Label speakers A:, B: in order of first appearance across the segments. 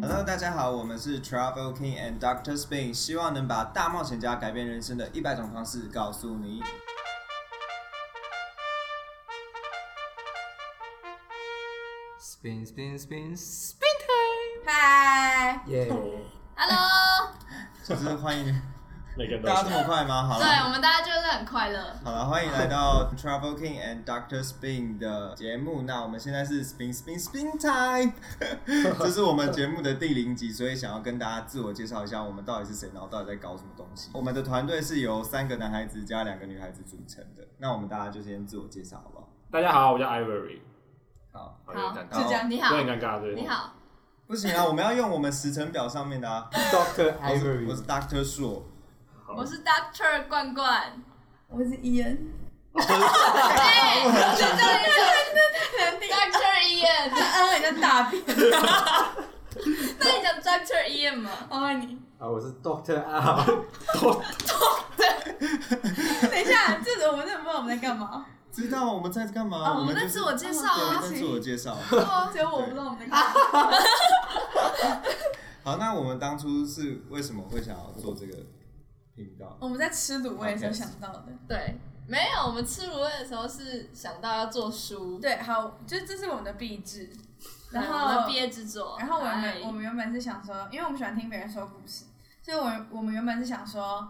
A: Hello，大家好，我们是 Travel King and Doctor Spin，希望能把大冒险家改变人生的一百种方式告诉你。
B: Spin spin spin spin time！
C: 嗨
B: 耶、
C: ，Hello，
A: 就是欢迎
D: 每个人
A: 大家
D: 都
A: 这么快吗？好
C: 对
A: 了，
C: 我们大家就是很快乐。
A: 好了，欢迎来到 Travel King and Doctor Spin 的节目。那我们现在是 Spin Spin Spin Time，这是我们节目的第零集，所以想要跟大家自我介绍一下，我们到底是谁，然后到底在搞什么东西。我们的团队是由三个男孩子加两个女孩子组成的。那我们大家就先自我介绍好不好？
D: 大家好，我叫 Ivory，
A: 好，
D: 好有
C: 好，
D: 点尴
C: 就
D: 尬，
C: 这样，你
D: 有
C: 好，
D: 点尴尬，对。
C: 你好，
A: 不行啊，我们要用我们时程表上面的啊。
B: d o c t o r
A: 我是我
B: Ivory，
A: 是 Doctor 硕，
D: 好
C: 我是 Doctor 罐罐，我是伊恩。
E: 哎，
C: 就这里
E: 肯定，
C: ，Doctor 伊 恩，
E: 嗯，你在大便。
C: 那你讲 Doctor 伊恩吗？
E: 哦，你
B: 啊，我是 Doctor 啊 R，
E: 等一下，这个我们真的不知道我们在干嘛，
A: 知道我们在干嘛？
D: 哦
C: 啊，我们在
A: 就是
C: 自我介绍
A: 对，我们
C: 啊
A: 在。自我介 绍。
E: 只有哦我不知道我们在干嘛。啊
A: 好，那我们当初是为什么会想要做这个频道？
E: 我们在吃卤味的时候想到的。
C: 对，没有，我们吃卤味的时候是想到要做书，
E: 对，好，就这是我们的壁纸。然
C: 我们
E: 后
C: 毕，业制作，
E: 然后我
C: 哎
E: 们我们原本是想说，因为我们喜欢听别人说故事，所以我我们原本是想说。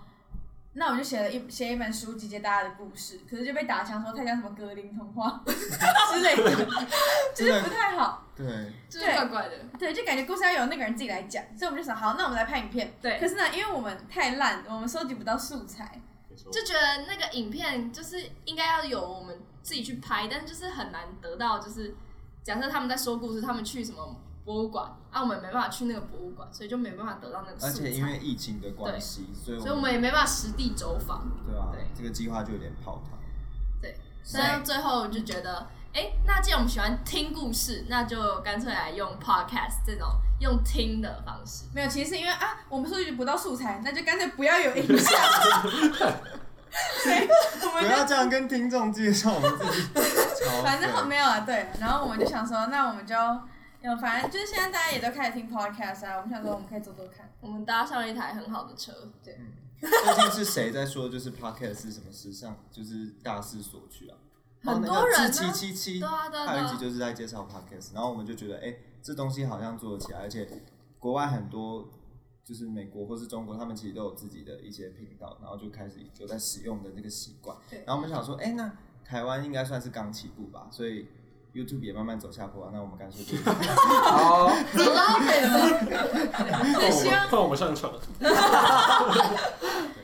E: 那我就写了一写一本书，集结大家的故事，可是就被打枪说太像什么格林童话 之类的，就是不太好。
A: 对，
C: 就是怪怪的，
E: 对，就感觉故事要由那个人自己来讲，所以我们就想，好，那我们来拍影片。
C: 对
E: 可是呢，因为我们太烂，我们收集不到素材。
D: 没错
C: 就觉得那个影片就是应该要有我们自己去拍，但是就是很难得到，就是假设他们在说故事，他们去什么博物馆啊，我们没办法去那个博物馆，所以就没办法得到那个
A: 而
C: 素
A: 且因为
C: 材，
A: 疫情的关系，所以
C: 所以我们也没办法实地走访。
A: 对啊
C: 对，
A: 这个计划就有点泡汤。
C: 对，
A: 所
C: 所
A: 以
C: 以最后就觉得，哎、那既然我们喜欢听故事，哎那就干脆来用 podcast 这种用听的方式。
E: 没有，其实是因为啊，我们收集不到素材，那就干脆不要有影响。所以我
A: 不
E: 们
A: 要
E: 就
A: 这样跟听众介绍我们自 己，超
E: 反正
A: 废
E: 后没有啊，对。然后我们就想说，那我们就有，反正就是现在大家也都开始听 podcast 啊，我们想说我们可以做做看。
C: 我们搭上了一台很好的车，
A: 最近是谁在说就是 podcast 是什么时尚，就是大势所趋啊？
C: 很多人啊
A: 七七七七，
C: 对啊对啊对啊
A: 还有一集就是在介绍 podcast，然后我们就觉得，哎、这东西好像做得起来，而且国外很多就是美国或是中国，他们其实都有自己的一些频道，然后就开始有在使用的这个习惯
E: 对。
A: 然后我们想说，哎、那台湾应该算是刚起步吧，所以 YouTube 也慢慢走下坡啊，那我们干脆 就
B: 好，
C: 走到北了，
D: 换我
E: 希望
D: 们换我们上场，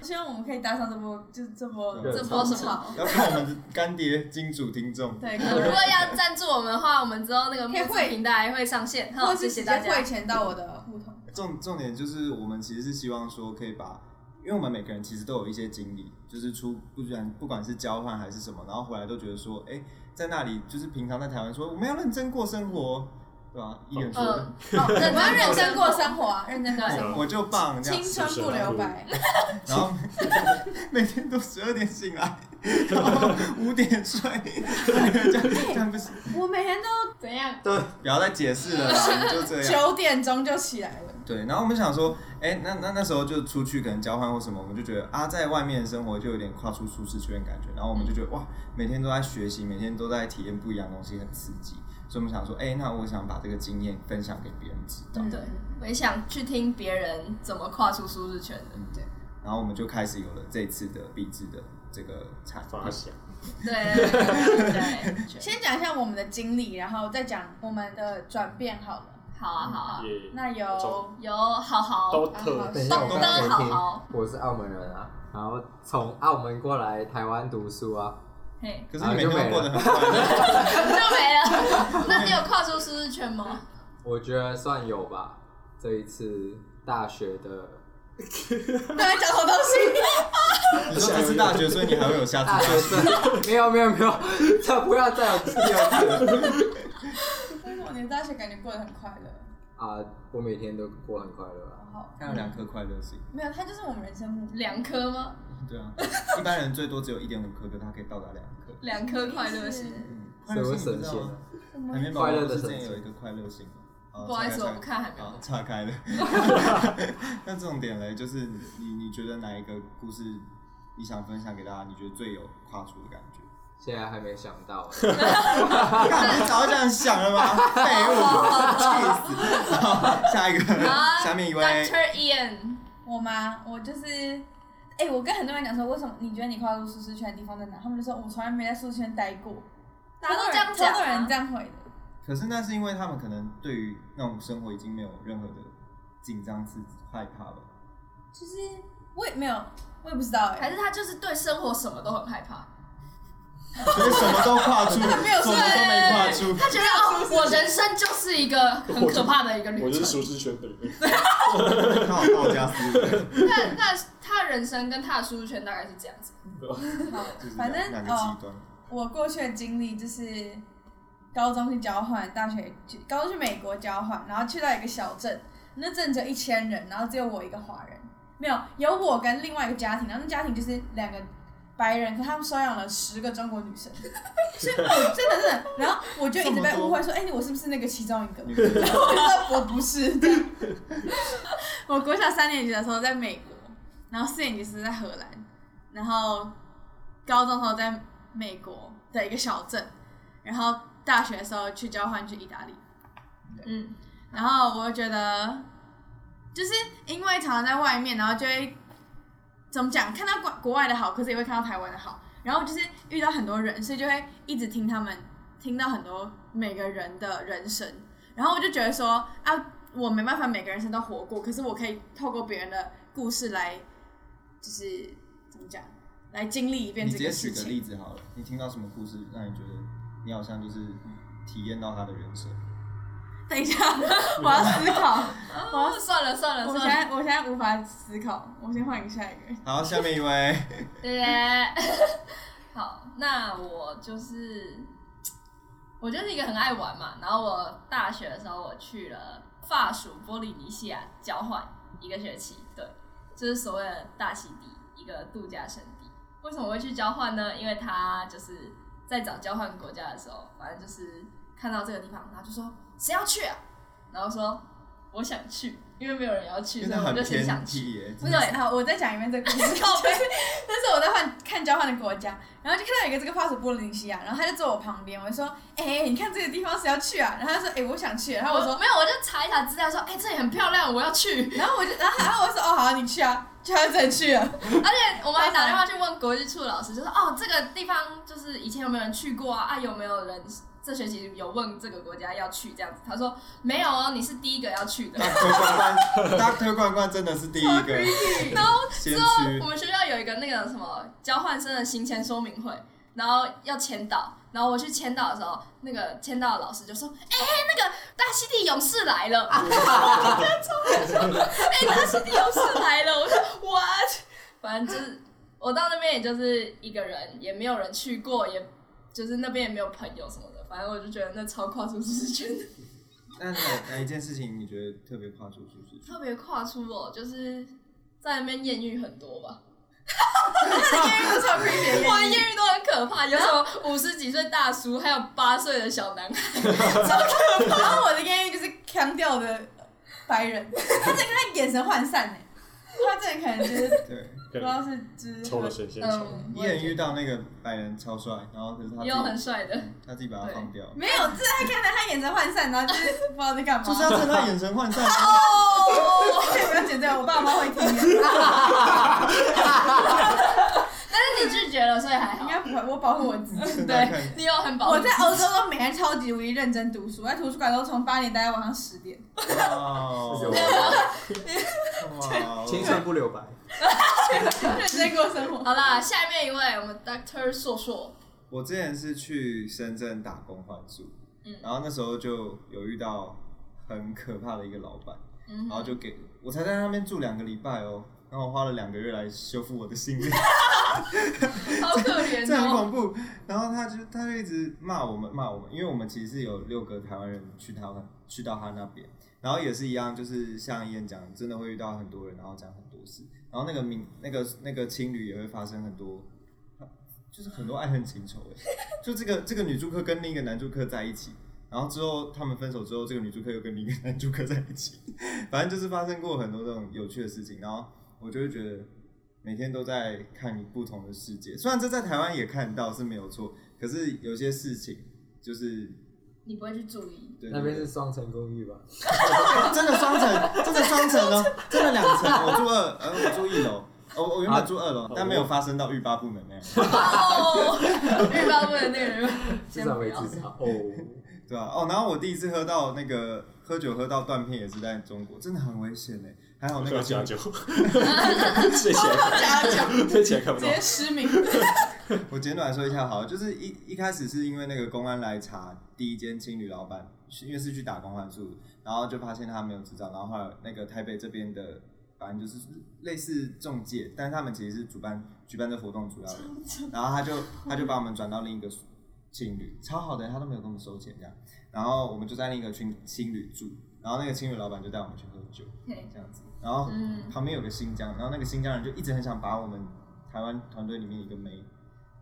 E: 希望我们可以搭上这波，就是这波
B: 对
C: 这波什么？
E: 潮。
A: 要看我们的干爹金主听众。
E: 对，
C: 如
E: 可
C: 果要赞助我们的话，我们之后那个募资平台会上线，好，
E: 或
C: 谢
E: 是
C: 谢
E: 直接
C: 大家
E: 汇。钱到我的户头。
A: 重重点就是，我们其实是希望说，可以把，因为我们每个人其实都有一些经历，就是出不然不管是交换还是什么，然后回来都觉得说，哎、在那里就是平常在台湾说，我们要认真过生活，对吧、一人说、
C: 嗯，
E: 哦，我
C: 认真
E: 们要认真过生活啊，认真过生活，
A: 我就棒这样
E: 青，春不留白。
A: 然后每天都十二点醒来，然后五点睡，这样这样不行，
E: 我每天都
C: 怎样？
A: 不要再解释了啦，你就这样。
E: 九点钟就起来了，
A: 对，然后我们想说，哎、那那那时候就出去可能交换或什么，我们就觉得啊，在外面的生活就有点跨出舒适圈的感觉，然后我们就
B: 嗯
A: 觉得哇，每天都在学习，每天都在体验不一样的东西，很刺激。所以我们想说，哎、那我想把这个经验分享给别人知道，
C: 对，我也想去听别人怎么跨出舒适圈的。
A: 然后我们就开始有了这次的励志的这个产
D: 发想，
C: 对对对对对，
E: 先讲一下我们的经历，然后再讲我们的转变好了。
C: 好啊好啊，
D: 也
E: 那有
C: 有好好
D: 都
E: 啊
D: 特
B: 等一下我刚才没
C: 懂得好
B: 听，我是澳门人啊，然后从澳门过来台湾读书啊，
C: 嘿，
A: 可是你每天都过得很快 乐，
C: 就没了。那你有跨出舒适圈吗？
B: 我觉得算有吧，这一次大学的
E: 对，讲什么东西？
A: 你说这是大学，所以你还会有下
B: 大
A: 次
B: 学生， 没有没有没有，这不要再有第 二次了。
E: 我的大学感觉过得很快乐，
B: 啊，我每天都过很快乐啊。
E: 然后
A: 看到两颗快乐心，
E: 没有，它就是我们人生目标。
C: 两颗吗？
A: 对 啊，一般人最多只有一点五颗，可他可以到达两颗。
C: 两颗快乐心。
A: 嗯，快
B: 所以
A: 乐
B: 我
A: 心
B: 神
A: 你知
B: 仙
A: 道吗
B: 啊？
A: 海绵宝宝不是之前有一个快乐星吗？哦
C: 不好意思，
A: 岔开
C: 我不看，还没有
A: 啊，。岔开了。 那重点嘞，就是你你觉得哪一个故事你想分享给大家？你觉得最有跨出的感 觉？
B: 现在还没想到。啊
A: 看你早就这样想了吧，废物， 气死！好，下一个，
C: 啊
A: 下面一位，
C: Doctor Ian，
E: 我吗？我就是，哎、我跟很多人讲说，为什么你觉得你跨入舒适圈的地方在哪？他们就说我从来没在舒适圈待过，
C: 大家都这样讲啊
E: 超多人这样回的。
A: 可是那是因为他们可能对于那种生活已经没有任何的紧张、刺激、害怕 了。
E: 其实我也没有，我也不知道哎、
C: 还是他就是对生活什么都很害怕。
A: 所以什么都跨出，什么
E: 没有
A: 都没跨出。
C: 他觉得哦，我人生就是一个很可怕的一个旅
D: 我就是
C: 程。
D: 舒适圈的人。
A: 他好道家思维，
C: 那那他人生跟他的舒适圈大概是这样子。
E: 好
A: 就是
E: 反正
A: 两个
E: 哦
A: 极，端。
E: 我过去的经历就是高中去交换，大学去高中去美国交换，然后去到一个小镇，那镇只有一千人，然后只有我一个华人，没有有我跟另外一个家庭，然后那家庭就是两个白人，可他们收养了十个中国女生，所以我真的真的，然后我就一直被误会说，哎、你我是不是那个其中一个？
A: 女生
E: 然后我就说我不是这样。我国小三年级的时候在美国，然后四年级是在荷兰，然后高中的时候在美国的一个小镇，然后大学的时候去交换去意大利，
C: 嗯，
E: 然后我就觉得，就是因为常常在外面，然后就会怎么讲，看到国国外的好，可是也会看到台湾的好，然后就是遇到很多人，所以就会一直听他们听到很多每个人的人生，然后我就觉得说啊，我没办法每个人生都活过，可是我可以透过别人的故事来，就是怎么讲，来经历一遍
A: 你
E: 这
A: 直接
E: 个
A: 举
E: 事
A: 个
E: 情。
A: 例子好了，你听到什么故事让你觉得你好像就是体验到他的人生？
E: 等一下，我要思考，我要
C: 哦，算了算了
E: 我现
C: 算了，
E: 在我现在无法思考，我先换一个下一个。
A: 好，下面一 位，
C: 对。好，那我就是，我就是一个很爱玩嘛。然后我大学的时候，我去了法属波利尼西亚交换一个学期，对，就是所谓的大溪地，一个度假胜地。为什么我会去交换呢？因为他就是在找交换国家的时候，反正就是看到这个地方，然后就说谁要去啊？然后说我想去，因为没有人要去，
A: 真
C: 所
A: 的
C: 以我
A: 很
C: 就很
A: 偏
C: 想去。
A: 激耶，
C: 不对，
E: 好，我再讲一遍这个 故事。就是
C: 靠背
E: 那时候我在换看交换的国家，然后就看到有一个这个法属波利尼西啊亚，然后他就坐我旁边，我就说：“哎、你看这个地方谁要去啊？”然后他说：“哎、我想去。”然后我说
C: 没有，我就查一查资料说，哎、这里很漂亮，我要 去。：“
E: 然后我就，然后然后我就说：‘哦，好、你去啊。’就他就真的去了。
C: 而且我们还打电话去问国际处老师，就说哦，这个地方就是以前有没有人去过啊？啊，有没有人这学期有问这个国家要去这样子？他说没有哦，你是第一个要去的。
A: Doctor 冠冠，Doctor 冠冠真的是第一 个
C: 然后
A: 先
C: 之后
A: 驱
C: 我，们学校有一个那个什么交换生的行前说明会，然后要签到，然后我去签到的时候，那个签到的老师就说：“哎、那个大溪地勇士来了！” 啊，哎、大溪地勇士来了！我说 what？反正就是我到那边也就是一个人，也没有人去过，也就是那边也没有朋友什么的，反正我就觉得那超跨出舒适圈的。
A: 那哪哪一件事情你觉得特别跨出舒适 圈？
C: 特别跨出哦，就是在那边艳遇很多吧。 艳遇都超 creepy，哇，艳遇都很可怕，有什么五十几岁大叔，还有八岁的小男孩，
E: 然后我的艳遇就是腔调的白人，他整个他眼神涣散呢、他这可能就是
A: 对，
E: 不知道是就是
D: 抽了神仙球，
C: 嗯，
A: 你也遇到那个白人超帅，然后可是他
C: 也有很
A: 自己
C: 帅的，
A: 他自己把他放掉，
E: 没有，就是他看到他眼神涣散，然后就是不知道在干嘛。
A: 就是要趁他眼神涣 散。
E: 哦，这个不要剪掉，我爸妈会听的。
C: 但是你拒绝了，所以还
E: 应
C: 好。
E: 该不会，我保护我自己。
A: 趁他看
C: 对，你有很保护
E: 我在欧洲都每天超级无敌认真读书，在图书馆都从八点待到晚上十点。
B: 这
A: 哇
B: 是我
A: 哇，
B: 青春不留白。
E: 认真过生活。
C: 好啦，下面一位我们 Doctor 硕硕，
A: 我之前是去深圳打工换宿，
C: 嗯
A: 然后那时候就有遇到很可怕的一个老板，
C: 嗯
A: 然后就给我才在那边住两个礼拜哦，然后我花了两个月来修复我的心灵，
C: 好可怜
A: 这很
C: 哦，
A: 恐怖。然后他就他就一直骂我们骂我们，因为我们其实是有六个台湾人去他去到他那边，然后也是一样，就是像燕讲，真的会遇到很多人，然后讲很多事，然后那个民那个那个情侣也会发生很多。欸就是很多爱恨情仇哎，就这个这个女住客跟另一个男住客在一起，然然后之后他们分手之后，这个女主客又跟另一个 男主客在一起，反正就是发生过很多这种有趣的事情。然后我就会觉得每天都在看不同的世界，虽然这在台湾也看到是没有错，可是有些事情就是
C: 你不会去注意。
A: 对
B: 那边
A: 对
B: 是双层公寓吧？
A: 哎真的双层，真的双层 哦，真的两层。我住二，呃，我住一楼。我我原本住二楼，但没有发生到欲罢不能那样，
C: 哦，遇到问的那个人，
B: 至
C: 先
B: 少
C: 不
B: 没
C: 要
B: 至。少哦。
A: 对吧、哦，然后我第一次喝到那个喝酒喝到断片也是在中国，真的很危险嘞。还
C: 嗯
A: 好那
D: 要
A: 个
D: 加酒， 睡起来
E: 假讲，
D: 睡起来看不
E: 直
D: 到。
E: 接失明。
A: 我简短说一下好了，就是一一开始是因为那个公安来查第一间青旅老板，是因为是去打工换宿，然后就发现他没有执照，然后后来那个台北这边的，反正就是类似中介，但是他们其实是主办举办这活动主要的，然后他就他就把我们转到另一个青旅，超好的，他都没有跟我们收钱这样，然后我们就在另一个青青旅住，然后那个青旅老板就带我们去喝酒
C: 嘿
A: 这样子，然后
C: 嗯，
A: 旁边有个新疆，然后那个新疆人就一直很想把我们台湾团队里面一个妹，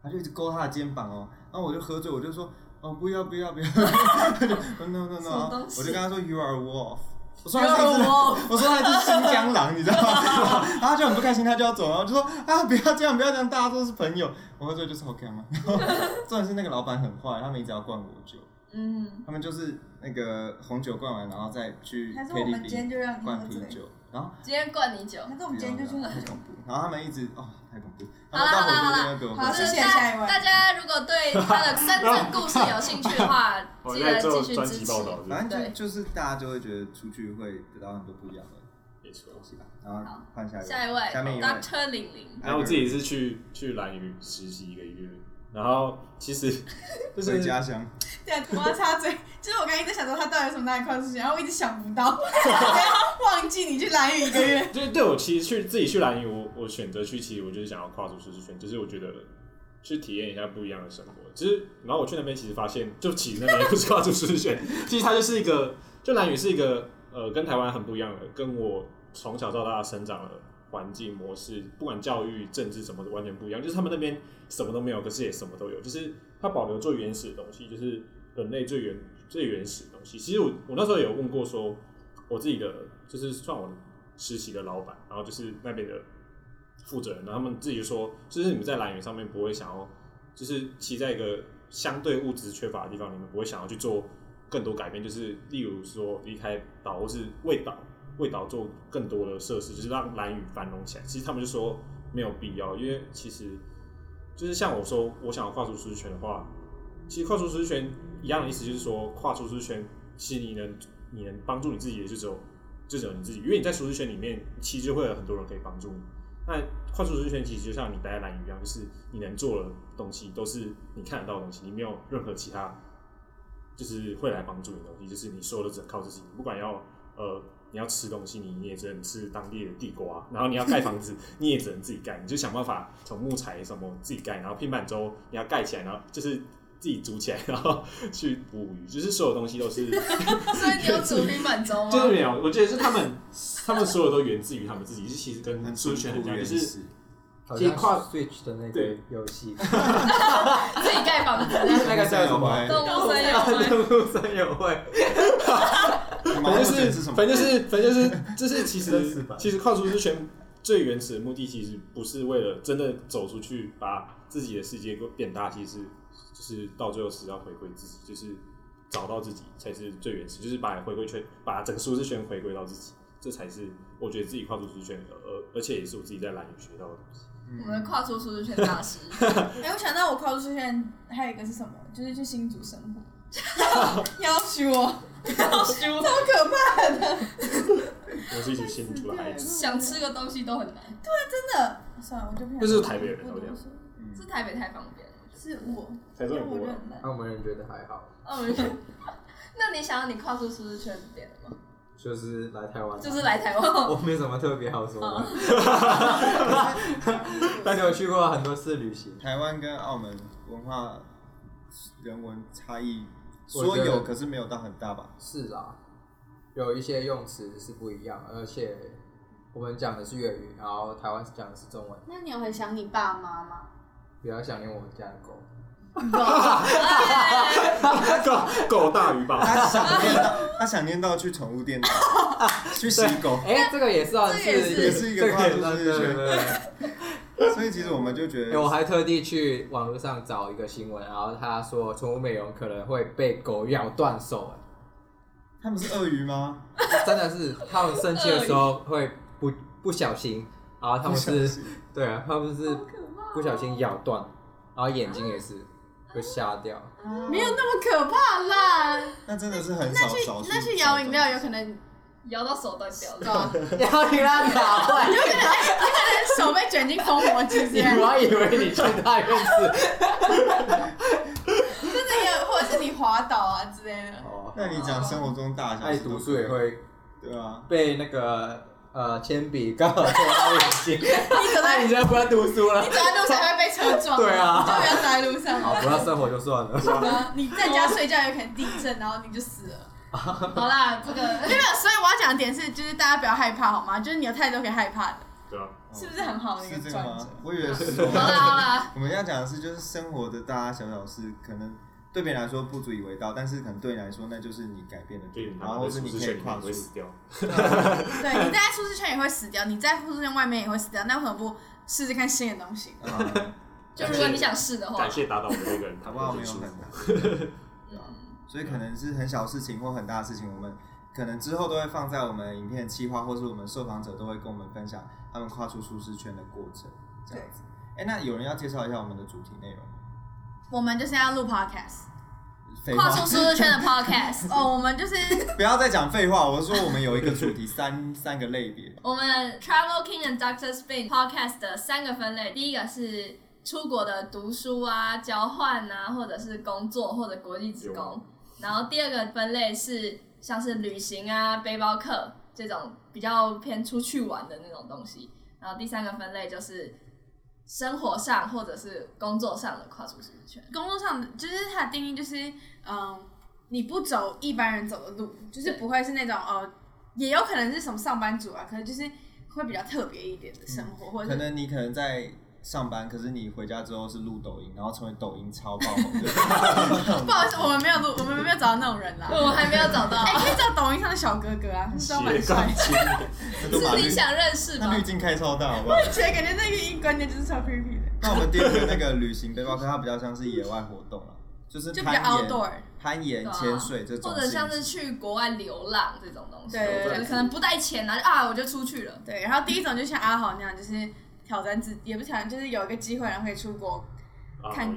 A: 他就一直勾她的肩膀哦，然后我就喝醉，我就说哦不要不要不 要他就，no no no，
C: 什么东西
A: 我就跟他说 you are a wolf，我说他是一只， 我说他是一只新疆狼，你知道吗？ 然后他就很不开心，他就要走，然后我就说啊不要这样不要这样，大家都是朋友，我喝醉就是 OK 吗？然后 重点是那个老板很坏，他们一直要灌我酒，
C: 嗯，
A: 他们就是那个红酒灌完，然后再去
E: 还是我们今天
A: KTV
E: 就让你喝
A: 灌啤
E: 醉？
A: 酒，然后。
C: 今天灌你酒。
E: 还是我们今天就去喝
A: 太恐
E: 酒？
A: 怖。然后他们一直哦，太恐怖。
C: 好
A: 他
C: 啦
A: 们到火
C: 好啦好
A: 锅
C: 啦
A: 店给我，喝
E: 好啦谢
A: 酒
E: 谢。下一位
C: 大家如果对他的真正故事有兴趣的话，
D: 我
C: 记
D: 在
C: 得继
D: 做
C: 续
D: 专
C: 支
D: 辑
C: 持。
D: 报道，是不是
A: 反正
C: 对
A: 就就是大家就会觉得出去会得到很多不一样的
D: 没错。
A: 东西吧。然后
C: 好
A: 换下一位，
C: 下一
A: 下面
C: 位
A: 一位，
C: ，Doctor 玲玲，
D: 然后我自己是去去兰屿实习一个月，然后其实
A: 回
D: 就是
A: 家乡，
E: 对，我要插嘴，就是我刚刚一直想说他到底有什么哪里快速然后我一直想不到，忘记你去蓝屿一个月。
D: 就是对我其实去自己去兰屿，我我选择去，其实我就是想要跨出舒适圈，就是我觉得去体验一下不一样的生活。就是然后我去那边，其实发现，就其实那边也不是跨出舒适圈，其实它就是一个，就兰屿是一个呃跟台湾很不一样的，跟我从小到大生长的环境模式，不管教育、政治什么的完全不一样。就是他们那边什么都没有，可是也什么都有，就是它保留最原始的东西，就是人类最原最原始的东西。其实我我那时候有问过说，我自己的就是算我实习的老板，然后就是那边的负责人，然后他们自己就说，就是你们在蓝源上面不会想要，就是骑在一个相对物质缺乏的地方，你们不会想要去做更多改变，就是例如说离开岛或是为岛为岛做更多的设施，就是让蓝屿繁荣起来。其实他们就说没有必要，因为其实就是像我说，我想要跨出舒适圈的话，其实跨出舒适圈一样的意思就是说，跨出舒适圈，其实你能你能帮助你自己的就只有就只有你自己，因为你在舒适圈里面，其实就会有很多人可以帮助你。那跨出舒适圈其实就像你待在蓝屿一样，就是你能做的东西都是你看得到的东西，你没有任何其他就是会来帮助你的东西，就是你所有的只能靠自己。你不管要呃你要吃东西，你你也只能吃当地的地瓜；然后你要盖房子，你也只能自己盖，你就想办法从木材什么自己盖，然后拼板舟你要盖起来，然后就是自己煮起来，然后 去捕鱼，就是所有东西都
C: 所以
D: 是。
C: 你有主宾满洲
D: 就是
C: 吗？
D: 没有，我觉得是他们，他们所有都源自于他们自己，是其实跟舒适圈很像，就
A: 原
D: 是
A: 始。
B: 好
D: 其实
B: 像
D: 跨
B: Switch 的那个
D: 对
B: 游戏，
C: 自己盖房子，
B: 那个叫什么？啊
A: 么？
C: 动物 森友会。
B: 动物森友会，
A: 毛
D: 反
A: 毛
D: 正
A: 卷
D: 就是是
A: 什么？
D: 反 正就是反正就是就是其
B: 真实
D: 实
B: 版
D: 其实跨出之圈最原始的目的，其实不是为了真的走出去把自己的世界变大，其实是就是到最后是要回归自己，就是找到自己才是最原始，就是把回归圈把整个舒适圈回归到自己，这才是我觉得自己跨出舒适圈，呃而而且也是我自己在蓝屿学到的东西。
C: 我们
A: 嗯
C: 跨出舒适圈大师，
E: 哎、我想到我跨出去圈还有一个是什么？就是去新竹生活，要许我，
C: 好羞
E: 好可怕！
D: 我是一群新出的孩子，
C: 想吃个东西都很难。
E: 真的，嗯算了，我就不想。
D: 这是台北人
E: 不
D: 我
E: 多
D: 这样
E: 说
A: 嗯
C: 是台北太方便了。
E: 是我，
D: 台中
E: 因
D: 也
E: 为
D: 不
E: 我
D: 会
E: 就
D: 啊。
E: 很难。
B: 澳门人觉得还好，
C: 那我们就，那你想要你跨出舒适圈点了吗？
B: 就是来台湾，
C: 就是来台湾。
B: 我没什么特别好说的， 但是我去过很多次旅行，
A: 台湾跟澳门文化人文差异，
B: 我
A: 说
B: 觉得
A: 有可是没有到很大吧？
B: 是啦，有一些用词是不一样，而且我们讲的是粤语，然后台湾讲的是中文。
F: 那你有很想你爸妈吗？
B: 比较想念我们家的狗，
D: 狗 狗大于 吧？
A: 他想念到，他想念到去宠物 店去洗狗，
B: 哎， 这个也算是
E: 这个也是
A: 也是一个跨
B: 这
A: 度
B: 个
A: 式
B: 也是
A: 学
B: 对对对对
A: 所以其实我们就觉
B: 哎，我
A: 得，
B: 还特地去网络上找一个新闻，然后他说宠物美容可能会被狗咬断手，
A: 他们是鳄鱼吗？
B: 哎，真的是他们生气的时候会不不小心，然后他们
A: 不小
B: 是
A: 心，
B: 对啊，他们是
C: 好可怕哦
B: 不小心咬断，然后眼睛也是会瞎掉。
E: 没有那么可怕啦。
A: 那真的是很少
E: 那去
A: 少数。
E: 那去摇饮料有可 能，
C: 摇到手断掉
E: 对
C: 了。
E: 吧
B: 要 你让打坏，
E: 手被卷进封魔机这
B: 你
E: 样，
B: 我还以为你去大院子。
E: 就是也或者是你滑倒啊之类的。
A: 那你讲生活中大小
B: 爱
A: 事都
B: 哦读书也会
A: 对啊，
B: 被那个呃铅笔刚好戳到眼 睛，
E: 你走
B: 那
E: 在
B: 你现在不要读书了
E: 你。走在路上还会被车撞，
B: 对啊
E: 你就不要走在路上
B: 好，
E: 了。
B: 不要生活就算了。
A: 啊
E: 你在家睡觉有可能地震，然后你就死了。
C: 好啦，这
E: 没有，
C: 个
E: 没有所以我要讲的点是，就是大家不要害怕，好吗？就是你有太多可以害怕的，
D: 对啊，
E: 是不是很好的一
A: 哦是这个
E: 转折
A: 吗？？我以为是
C: 好啦好啦，
A: 我们要讲的是，就是生活的大大小小事，可能对别人来说不足以为道，但是可能对你来说，那就是你改变的地
D: 对，
A: 方，
D: 然
A: 然后
D: 后
A: 或是
D: 是
A: 你可以
D: 选
A: 跨
D: 你
A: 出
D: 会。死掉，
E: 对，你在舒适圈也会死掉，你在舒适圈外面也会死掉，那为什么不试试看新的东西？
A: 嗯
C: 就如果你想试的话
D: 感，谢打倒我的那个人，
A: 好不好？没有
D: 舒
A: 很
D: 服
A: 难， 对啊
C: 嗯，
A: 所以可能是很小事情或很大的事情，我们可能之后都会放在我们影片的企划，或是我们受访者都会跟我们分享他们跨出舒适圈的过程，这样子。哎、那有人要介绍一下我们的主题内容吗？
E: 我们就是要录 podcast
A: 废
C: 跨
A: 话，
C: 出舒适圈的 podcast，
E: 哦，我们就是
A: 不要再讲废话。我说我们有一个主题，三三个类别。
C: 我们 Travel King and Doctor Spin podcast 的三个分类，第一个是出国的读书啊、交换啊，或者是工作或者国际职
D: 有
C: 工，然后第二个分类是像是旅行啊、背包客这种比较偏出去玩的那种东西，然后第三个分类就是生活上或者是工作上的跨出舒适圈。
E: 工作上的，就是它的定义就是，嗯，你不走一般人走的路，就是不会是那种哦，也有可能是什么上班族啊，可能就是会比较特别一点的生活，或者
A: 可
E: 是
A: 能你可能在上班，可是你回家之后是录抖音，然后成为抖音超爆红 的。
E: 不好意思，我们没有录，我们没有找到那种人啦。
C: 哦我还没有找到
E: 哎、，可以找抖音上的小哥哥啊，他们都蛮
D: 斜
E: 帅
D: 杠
E: 的。
D: 青年，
A: 那都把
C: 是
A: 滤
C: 你想认识
A: 那
C: 吗
A: 滤？镜开超大，好不好？
E: 而且感觉那个音关键就是超 creepy 的，
A: 那我们第二个那个旅行背包客，它比较像是野外活动了，就是
E: 就比较
A: 攀岩、
E: outdoor。
A: 攀岩、潜水这种
C: 啊或
A: 性质，
C: 者像是去国外流浪这种东西，
E: 对对对
C: 就是可能不带钱啊，就啊我就出去了。
E: 对，然后第一种就像阿豪那样，就是挑战自己，也不是挑战，就是有一个机会，然后可以出国
D: 啊
E: 看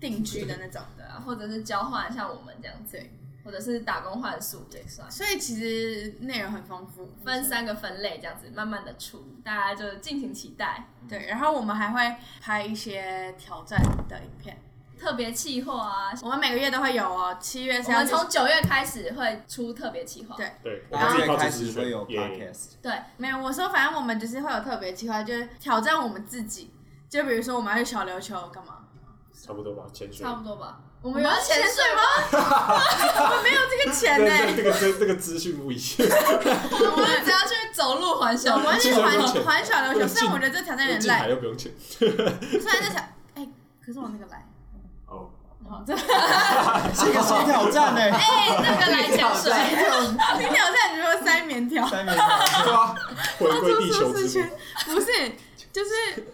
E: 定居的那种。
C: 对啊，或者是交换，像我们这样子，
E: 对，
C: 或者是打工换宿也算，
E: 所以其实内容很丰富，
C: 分三个分类这样子，慢慢的出，大家就敬请期待。
E: 对，然后我们还会拍一些挑战的影片，
C: 特别企划啊，
E: 我们每个月都会有哦。七月
C: 我
E: 三
C: 们
E: 日
C: 从九月开始会出特别企划。
E: 对
D: 对，我
A: 然
D: 们
A: 后最
D: 自己靠
A: 开
D: 自己
A: 始
D: 选
A: 会有
D: 耶
A: podcast，
C: 对，
E: 没有，我说反正我们就是会有特别计划，就是挑战我们自己。就比如说我们要去小琉球干嘛？
D: 差不多吧，潜水
C: 差。不多吧。我
E: 我
C: 们
E: 们
C: 有
E: 要潜
C: 潜水
E: 水吗？ 我们没有这个钱欸
D: 对对，这
E: 呢、
D: 个这这个资讯不一 样，
C: 我们只要啊去走路环小
E: 我们去
D: 这个
E: 环
D: 不用钱
E: 环小琉球，虽然我觉得这挑战有点
D: 进海
E: 赖，
D: 又不用钱。
E: 虽然这挑，哎、可是我那个来，
D: 哦，
E: 哦，这
A: 是一个新挑战欸呢、
C: 哎、那个来潜水，
E: 你挑战你说三棉条，
A: 三年前
D: 对啊，回归地球
E: 舒适
D: 之
E: 圈
D: 母，
E: 不是，就是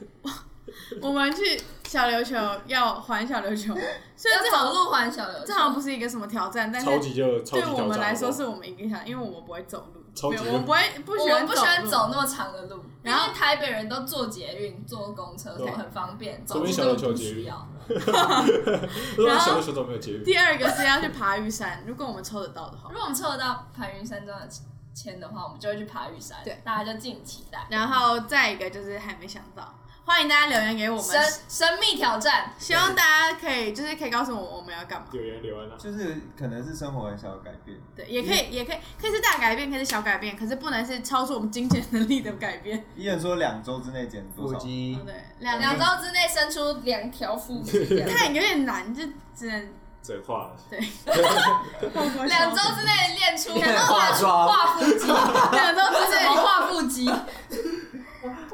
E: 我们去小琉球要环小琉球，虽然
C: 要
E: 这好
C: 走路环小流。
E: 这好像不是一个什么挑战，但是
D: 超级就超级
E: 对我
D: 挑
E: 们
D: 战。
E: 来
D: 好
E: 说
D: 不好
E: 是我们一个挑战，因为我们不会走路，
D: 超级
E: 对我们不会不
C: 我
E: 喜
C: 们
E: 欢
C: 不喜欢
E: 路。
C: 走那么长的路，
E: 然后
C: 因为台北人都坐捷运、坐公车，都
D: 对
C: 很方便，
D: 这
C: 走路
D: 边小
C: 根
D: 琉
C: 本
D: 球
C: 不
D: 捷运
C: 需要。
D: 如果
E: 然后
D: 小的时候没有节育，
E: 第二个是要去爬玉山，如果我们抽得到的话
C: 如。果我们抽得到盘云山庄的签的话，我们就会去爬玉山。
E: 对，
C: 大家就敬请期待。
E: 然后再一个就是还没想到，欢迎大家留言给我
C: 神
E: 们，
C: 神秘挑战，
E: 希望大家可以就是可以告诉我我们要干嘛。
D: 留言留言啊，
A: 就是可能是生活很小的改变，
E: 对，也可以，也可以，可以是大改变，可以是小改变，可是不能是超出我们金钱能力的改变。
A: 伊人说两周之内减多
B: 腹
A: 少？
B: 肌
E: 哦对，两
C: 两
E: 两
A: 两
E: 周，
C: 周之内伸出两条腹 肌，这样
E: 看有点难，就只能
D: 整化了，
C: 两周之内练 出
B: 练化妆
C: 画腹肌，
E: 两周
C: 为
E: 之
C: 什么
E: 内，
C: 画腹肌？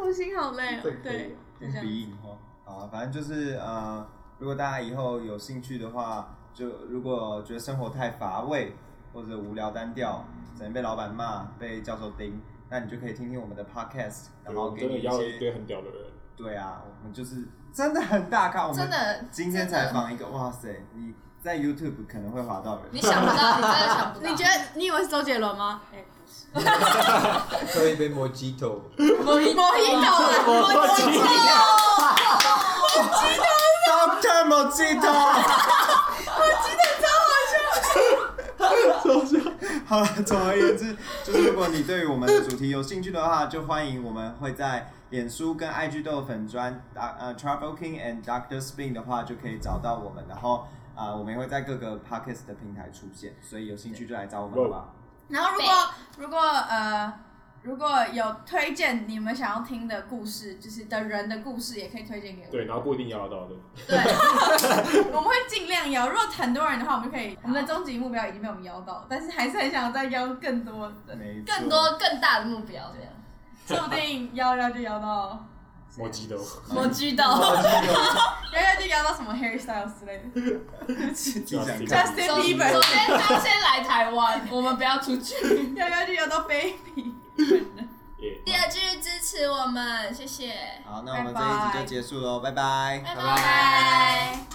E: 我心好累哦哦
B: 这个。可以
E: 对，就这样。
A: 鼻影花。好啊，反正就是呃，如如果大家以后有兴趣的话，就如果觉得生活太乏味或者无聊单调，整天被老板骂、被教授盯，那你就可以听听我们的 podcast，然
D: 对
A: 后
D: 我
A: 给
D: 真的
A: 你一
D: 邀了一堆
A: 些。
D: 很屌的人，
A: 对啊，我们就是真的很大咖，我们
C: 真的
A: 今天
C: 真
A: 才
C: 的
A: 放一个，哇塞！你在 YouTube 可能会划到人，
C: 你想不到，你真的想不到。
E: 你觉得你以为是周杰伦吗？哎、不是，
B: 喝一杯 Mojito，
E: 莫一莫一头啊，莫一头，
A: Doctor Mojito。好了，总而言之，就是如果你对于我们的主题有兴趣的话，就欢迎我们会在脸书跟 IG 都有粉专，啊呃 Travel King and Doctor Spin 的话就可以找到我们，然后啊、我们也会在各个 Podcast 的平台出现，所以有兴趣就来找我们吧。
E: 然后如果如果呃如果有推荐你们想要听的故事，就是的人的故事，也可以推荐给我。
D: 对，然后不一定邀得到的。
E: 对，我们会尽量邀。如果很多人的话，我们就可以。我们的终极目标已经被我们邀到，但是还是很想再邀更多的，
A: 没错
C: 更多更大的目 标这样。
E: 说不定邀邀就邀到，
D: 莫基豆，
C: 我知 道，
E: 邀邀就邀到什么 hairstyle 之类 的。
A: 自己
D: 啊
A: 讲看
E: Justin
C: 首
E: Bieber
C: 首先他先来台湾，我们不要出去。
E: 要要就要到卑鄙。
D: 耶，
C: 第二句支持我们，谢谢，
A: 好，那我们这一集就结束喽，拜拜
C: 拜
E: 拜拜
C: 拜。